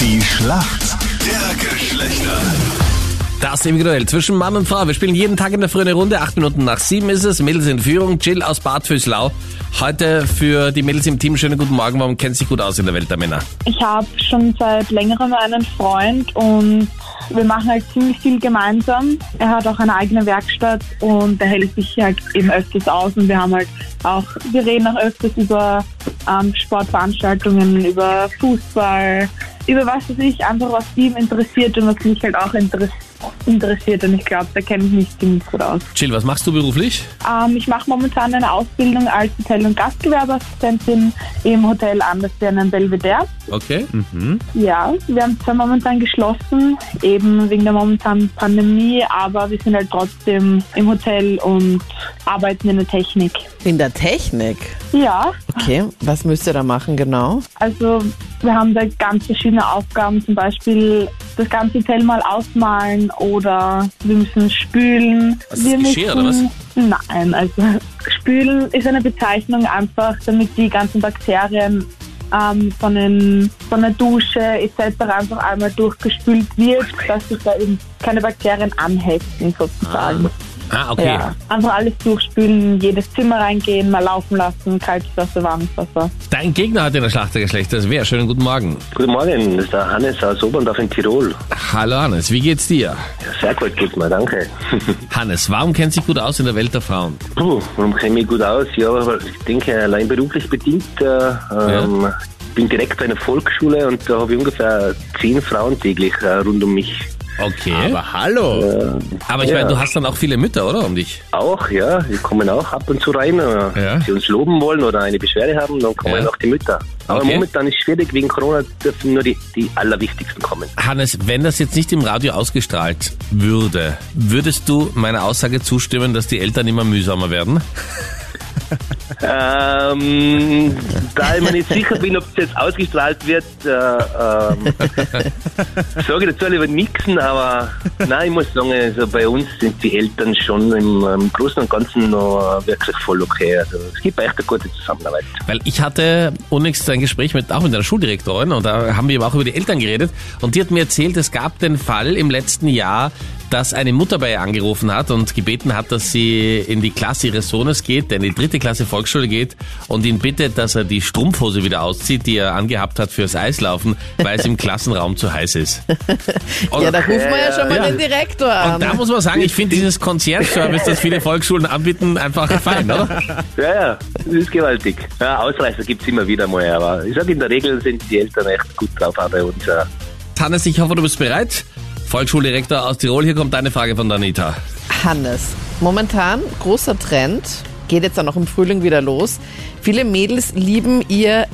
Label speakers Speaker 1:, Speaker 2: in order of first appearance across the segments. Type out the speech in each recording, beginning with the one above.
Speaker 1: Die Schlacht der Geschlechter.
Speaker 2: Das individuell zwischen Mann und Frau. Wir spielen jeden Tag in der frühen Runde. Acht Minuten nach sieben ist es. Mädels in Führung. Jill aus Bad Füßlau. Heute für die Mädels im Team. Schönen guten Morgen. Warum kennt sich gut aus in der Welt der Männer?
Speaker 3: Ich habe schon seit längerem einen Freund und wir machen halt ziemlich viel gemeinsam. Er hat auch eine eigene Werkstatt und da hält sich halt eben öfters aus und wir haben halt auch, wir reden auch öfters über ähm, Sportveranstaltungen, über Fußball, über was weiß ich, einfach was ihm interessiert und was mich halt auch interess interessiert und ich glaube, da kenne ich mich ziemlich gut aus.
Speaker 2: Jill, was machst du beruflich?
Speaker 3: Ähm, ich mache momentan eine Ausbildung als Hotel- und Gastgewerbeassistentin im Hotel Andersberg in Belvedere.
Speaker 2: Okay.
Speaker 3: Ja, wir haben zwar momentan geschlossen, eben wegen der momentanen Pandemie, aber wir sind halt trotzdem im Hotel und arbeiten in der Technik.
Speaker 4: In der Technik.
Speaker 3: Ja,
Speaker 4: Okay, was müsst ihr da machen genau?
Speaker 3: also wir haben da ganz verschiedene Aufgaben, zum Beispiel das ganze Hotel mal ausmalen oder wir müssen spülen.
Speaker 2: Was ist
Speaker 3: wir
Speaker 2: Geschirr oder was?
Speaker 3: Nein, also spülen ist eine Bezeichnung einfach, damit die ganzen Bakterien ähm, von, den, von der Dusche etc. einfach einmal durchgespült wird, dass sich da eben keine Bakterien anheften sozusagen.
Speaker 2: Ah, okay.
Speaker 3: Ja, einfach alles durchspülen, jedes Zimmer reingehen, mal laufen lassen, kaltes Wasser, warmes Wasser.
Speaker 2: Dein Gegner hat in der Schlacht der Geschlechter. Das wäre. Schönen guten Morgen.
Speaker 5: Guten Morgen, das ist der Hannes aus Oberndorf in Tirol.
Speaker 2: Hallo Hannes. Wie geht's dir?
Speaker 5: Ja, Sehr gut geht's mir, danke.
Speaker 2: Hannes, warum kennt sich gut aus in der Welt der Frauen?
Speaker 5: Puh, warum kenne ich mich gut aus? Ja, aber ich denke, allein beruflich bedingt. Äh, ähm, bin direkt bei einer Volksschule und da habe ich ungefähr zehn Frauen täglich äh, rund um mich.
Speaker 2: Okay. Aber hallo. Aber ich
Speaker 5: Ja.
Speaker 2: meine, du hast dann auch viele Mütter, oder? Um dich.
Speaker 5: Auch, ja, die kommen auch ab und zu rein, äh,
Speaker 2: Ja.
Speaker 5: wenn sie uns loben wollen oder eine Beschwerde haben, dann kommen
Speaker 2: Ja.
Speaker 5: auch die Mütter. Aber
Speaker 2: Okay.
Speaker 5: momentan ist es schwierig, wegen Corona dürfen nur die, die Allerwichtigsten kommen.
Speaker 2: Hannes, wenn das jetzt nicht im Radio ausgestrahlt würde, würdest du meiner Aussage zustimmen, dass die Eltern immer mühsamer werden?
Speaker 5: Ähm, da ich mir nicht sicher bin, ob es jetzt ausgestrahlt wird, äh, ähm, sage ich dazu lieber nixen, aber nein, ich muss sagen, also bei uns sind die Eltern schon im, ähm, Großen und Ganzen noch wirklich voll okay. Also, es gibt echt eine gute Zusammenarbeit.
Speaker 2: Weil ich hatte unlängst ein Gespräch mit, auch mit einer Schuldirektorin und da haben wir eben auch über die Eltern geredet und die hat mir erzählt, es gab den Fall im letzten Jahr, dass eine Mutter bei ihr angerufen hat und gebeten hat, dass sie in die Klasse ihres Sohnes geht, der in die dritte Klasse Volksschule geht und ihn bittet, dass er die Strumpfhose wieder auszieht, die er angehabt hat fürs Eislaufen, weil es im Klassenraum zu heiß ist. Und
Speaker 4: Ja, da rufen wir ja schon mal
Speaker 2: Ja.
Speaker 4: den Direktor
Speaker 2: und da
Speaker 4: an.
Speaker 2: muss man sagen, ich finde dieses Concierge-Service, das viele Volksschulen anbieten, einfach fein, oder?
Speaker 5: Ja, ja, das ist gewaltig. Ja, Ausreißer gibt es immer wieder mal, aber ich sage, in der Regel sind die Eltern echt gut drauf auch bei uns. Ja.
Speaker 2: Hannes, ich hoffe, du bist bereit. Volksschuldirektor aus Tirol, hier kommt deine Frage von Danita.
Speaker 4: Hannes. Momentan großer Trend, geht jetzt dann auch im Frühling wieder los. Viele Mädels lieben ihr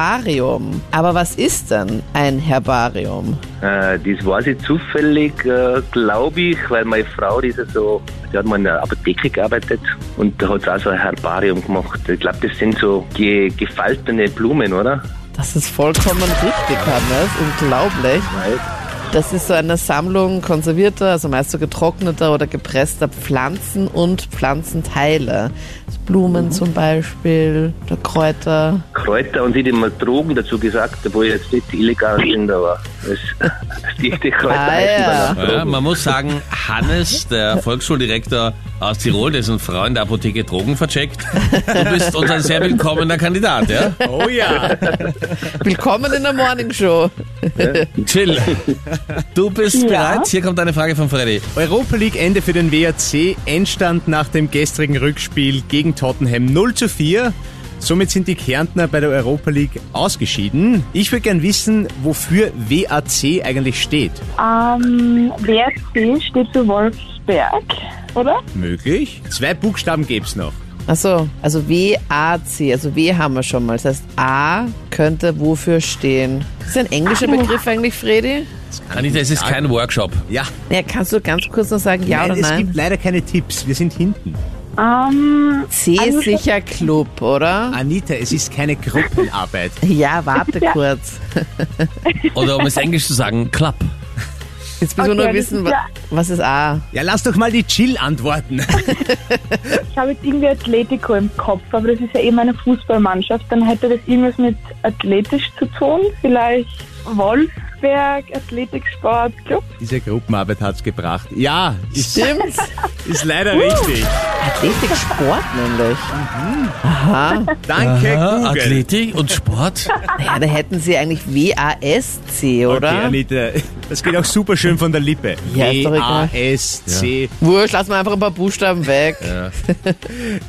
Speaker 4: Herbarium. Aber was ist denn ein Herbarium?
Speaker 5: Äh, das weiß ich zufällig, äh, glaube ich, weil meine Frau, die ist ja so, die hat mal in der Apotheke gearbeitet und da hat sie auch so ein Herbarium gemacht. Ich glaube, das sind so ge gefaltene Blumen, oder?
Speaker 4: Das ist vollkommen richtig, Hannes. Unglaublich.
Speaker 5: Weil
Speaker 4: Das ist so eine Sammlung konservierter, also meist so getrockneter oder gepresster Pflanzen und Pflanzenteile. Also Blumen zum Beispiel, oder Kräuter.
Speaker 5: Kräuter und sie hat immer Drogen dazu gesagt, obwohl jetzt nicht illegal sind, aber es, die, die Kräuter halt
Speaker 4: Ah,
Speaker 5: heißen
Speaker 4: ja.
Speaker 5: dann auch
Speaker 2: Ja,
Speaker 5: Drogen.
Speaker 2: man muss sagen, Hannes, der Volksschuldirektor aus Tirol, dessen Frau in der Apotheke Drogen vercheckt. Du bist unser sehr willkommener Kandidat, ja?
Speaker 6: Oh ja.
Speaker 4: Willkommen in der Morning Show.
Speaker 2: Chill. Du bist bereit? Hier kommt eine Frage von Freddy.
Speaker 6: Europa League Ende für den WAC. Endstand nach dem gestrigen Rückspiel gegen Tottenham 0 zu 4. Somit sind die Kärntner bei der Europa League ausgeschieden. Ich würde gern wissen, wofür WAC eigentlich steht.
Speaker 3: Ähm, WRC steht für Wolfsberg, oder?
Speaker 6: Möglich? Zwei Buchstaben gäb's noch.
Speaker 4: Achso, also W-A-C, also W haben wir schon mal. Das heißt, A könnte wofür stehen. Ist das ein englischer Begriff eigentlich, Fredi?
Speaker 2: Anita, es ist kein Workshop.
Speaker 6: Ja.
Speaker 4: Ja, kannst du ganz kurz noch sagen, ja
Speaker 6: nein,
Speaker 4: oder
Speaker 6: Es gibt
Speaker 4: nein?
Speaker 6: leider keine Tipps. Wir sind hinten.
Speaker 3: Ähm,
Speaker 4: C
Speaker 3: Also-
Speaker 4: ist sicher Club, oder?
Speaker 6: Anita, es ist keine Gruppenarbeit.
Speaker 4: Ja, warte kurz.
Speaker 2: Oder um es Englisch zu sagen, Club.
Speaker 4: Jetzt müssen
Speaker 3: Okay,
Speaker 4: wir nur
Speaker 3: das
Speaker 4: wissen,
Speaker 3: ist
Speaker 4: wa-
Speaker 3: ja-
Speaker 4: was ist A?
Speaker 6: Ja, lass doch mal die Chill antworten.
Speaker 3: ich habe jetzt irgendwie Atletico im Kopf, aber das ist ja eh eben eine Fußballmannschaft. Dann hätte das irgendwas mit athletisch zu tun. Vielleicht Wolf, Berg Athletiksport Club.
Speaker 6: Diese Gruppenarbeit hat's gebracht. Ja, ist,
Speaker 4: Stimmt.
Speaker 6: ist leider
Speaker 4: Uh.
Speaker 6: richtig.
Speaker 4: Athletik Sport nämlich.
Speaker 6: Danke,
Speaker 2: Aha,
Speaker 6: Google.
Speaker 2: Athletik und Sport?
Speaker 4: Naja, da hätten sie eigentlich W-A-S-C, oder?
Speaker 6: Okay, Anita, das geht auch super schön von der Lippe.
Speaker 4: Ja, ist doch egal.
Speaker 6: E-A-S-C.
Speaker 4: Wurscht, lass mal einfach ein paar Buchstaben weg.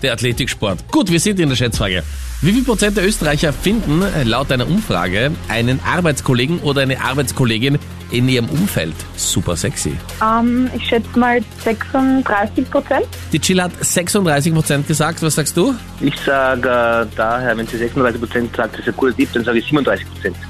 Speaker 2: Der Athletiksport. Gut, wir sind in der Schätzfrage. Wie viel Prozent der Österreicher finden äh, laut einer Umfrage einen Arbeitskollegen oder eine Arbeitskollegin in ihrem Umfeld super sexy?
Speaker 3: Ähm, ich schätze mal 36 Prozent.
Speaker 2: Die Chill hat 36 Prozent gesagt. Was sagst du?
Speaker 5: Ich sage äh, daher, wenn sie 36% sagt, das ist ein guter Tipp, dann sage ich 37%.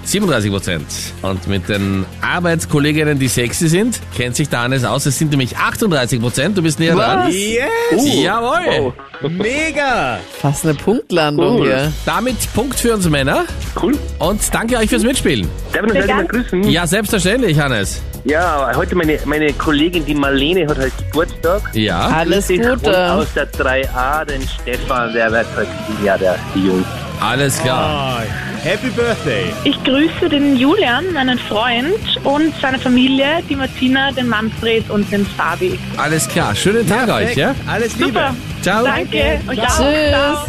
Speaker 2: 37 Prozent. Und mit den Arbeitskolleginnen, die sexy sind, kennt sich da eines aus. Es sind nämlich 38 Prozent. Du bist näher dran.
Speaker 6: Yes!
Speaker 2: Jawohl.
Speaker 6: Mega!
Speaker 4: Fast eine Punktlandung
Speaker 5: Cool.
Speaker 4: hier.
Speaker 2: Damit Punkt für uns Männer.
Speaker 5: Cool.
Speaker 2: Und danke euch fürs Mitspielen.
Speaker 5: Darf ich noch
Speaker 3: Sehr
Speaker 5: heute mal
Speaker 3: gern.
Speaker 5: grüßen?
Speaker 2: Ja, selbstverständlich, Hannes.
Speaker 5: Ja, aber heute meine, meine Kollegin, die Marlene, hat heute Geburtstag.
Speaker 2: Ja.
Speaker 4: Alles
Speaker 5: Grüß dich. Und
Speaker 4: Gute.
Speaker 5: aus der 3a, den Stefan, der wird heute sieben Jahre alt, die Jungs.
Speaker 2: Alles klar.
Speaker 6: Ah, Happy Birthday!
Speaker 3: Ich grüße den Julian, meinen Freund, und seine Familie, die Martina, den Manfred und den Fabi.
Speaker 2: Alles klar. Schönen Tag euch, ja?
Speaker 6: Alles Liebe!
Speaker 3: Super.
Speaker 2: Ciao.
Speaker 3: Danke. Und ja,
Speaker 4: Tschüss.
Speaker 3: Ciao.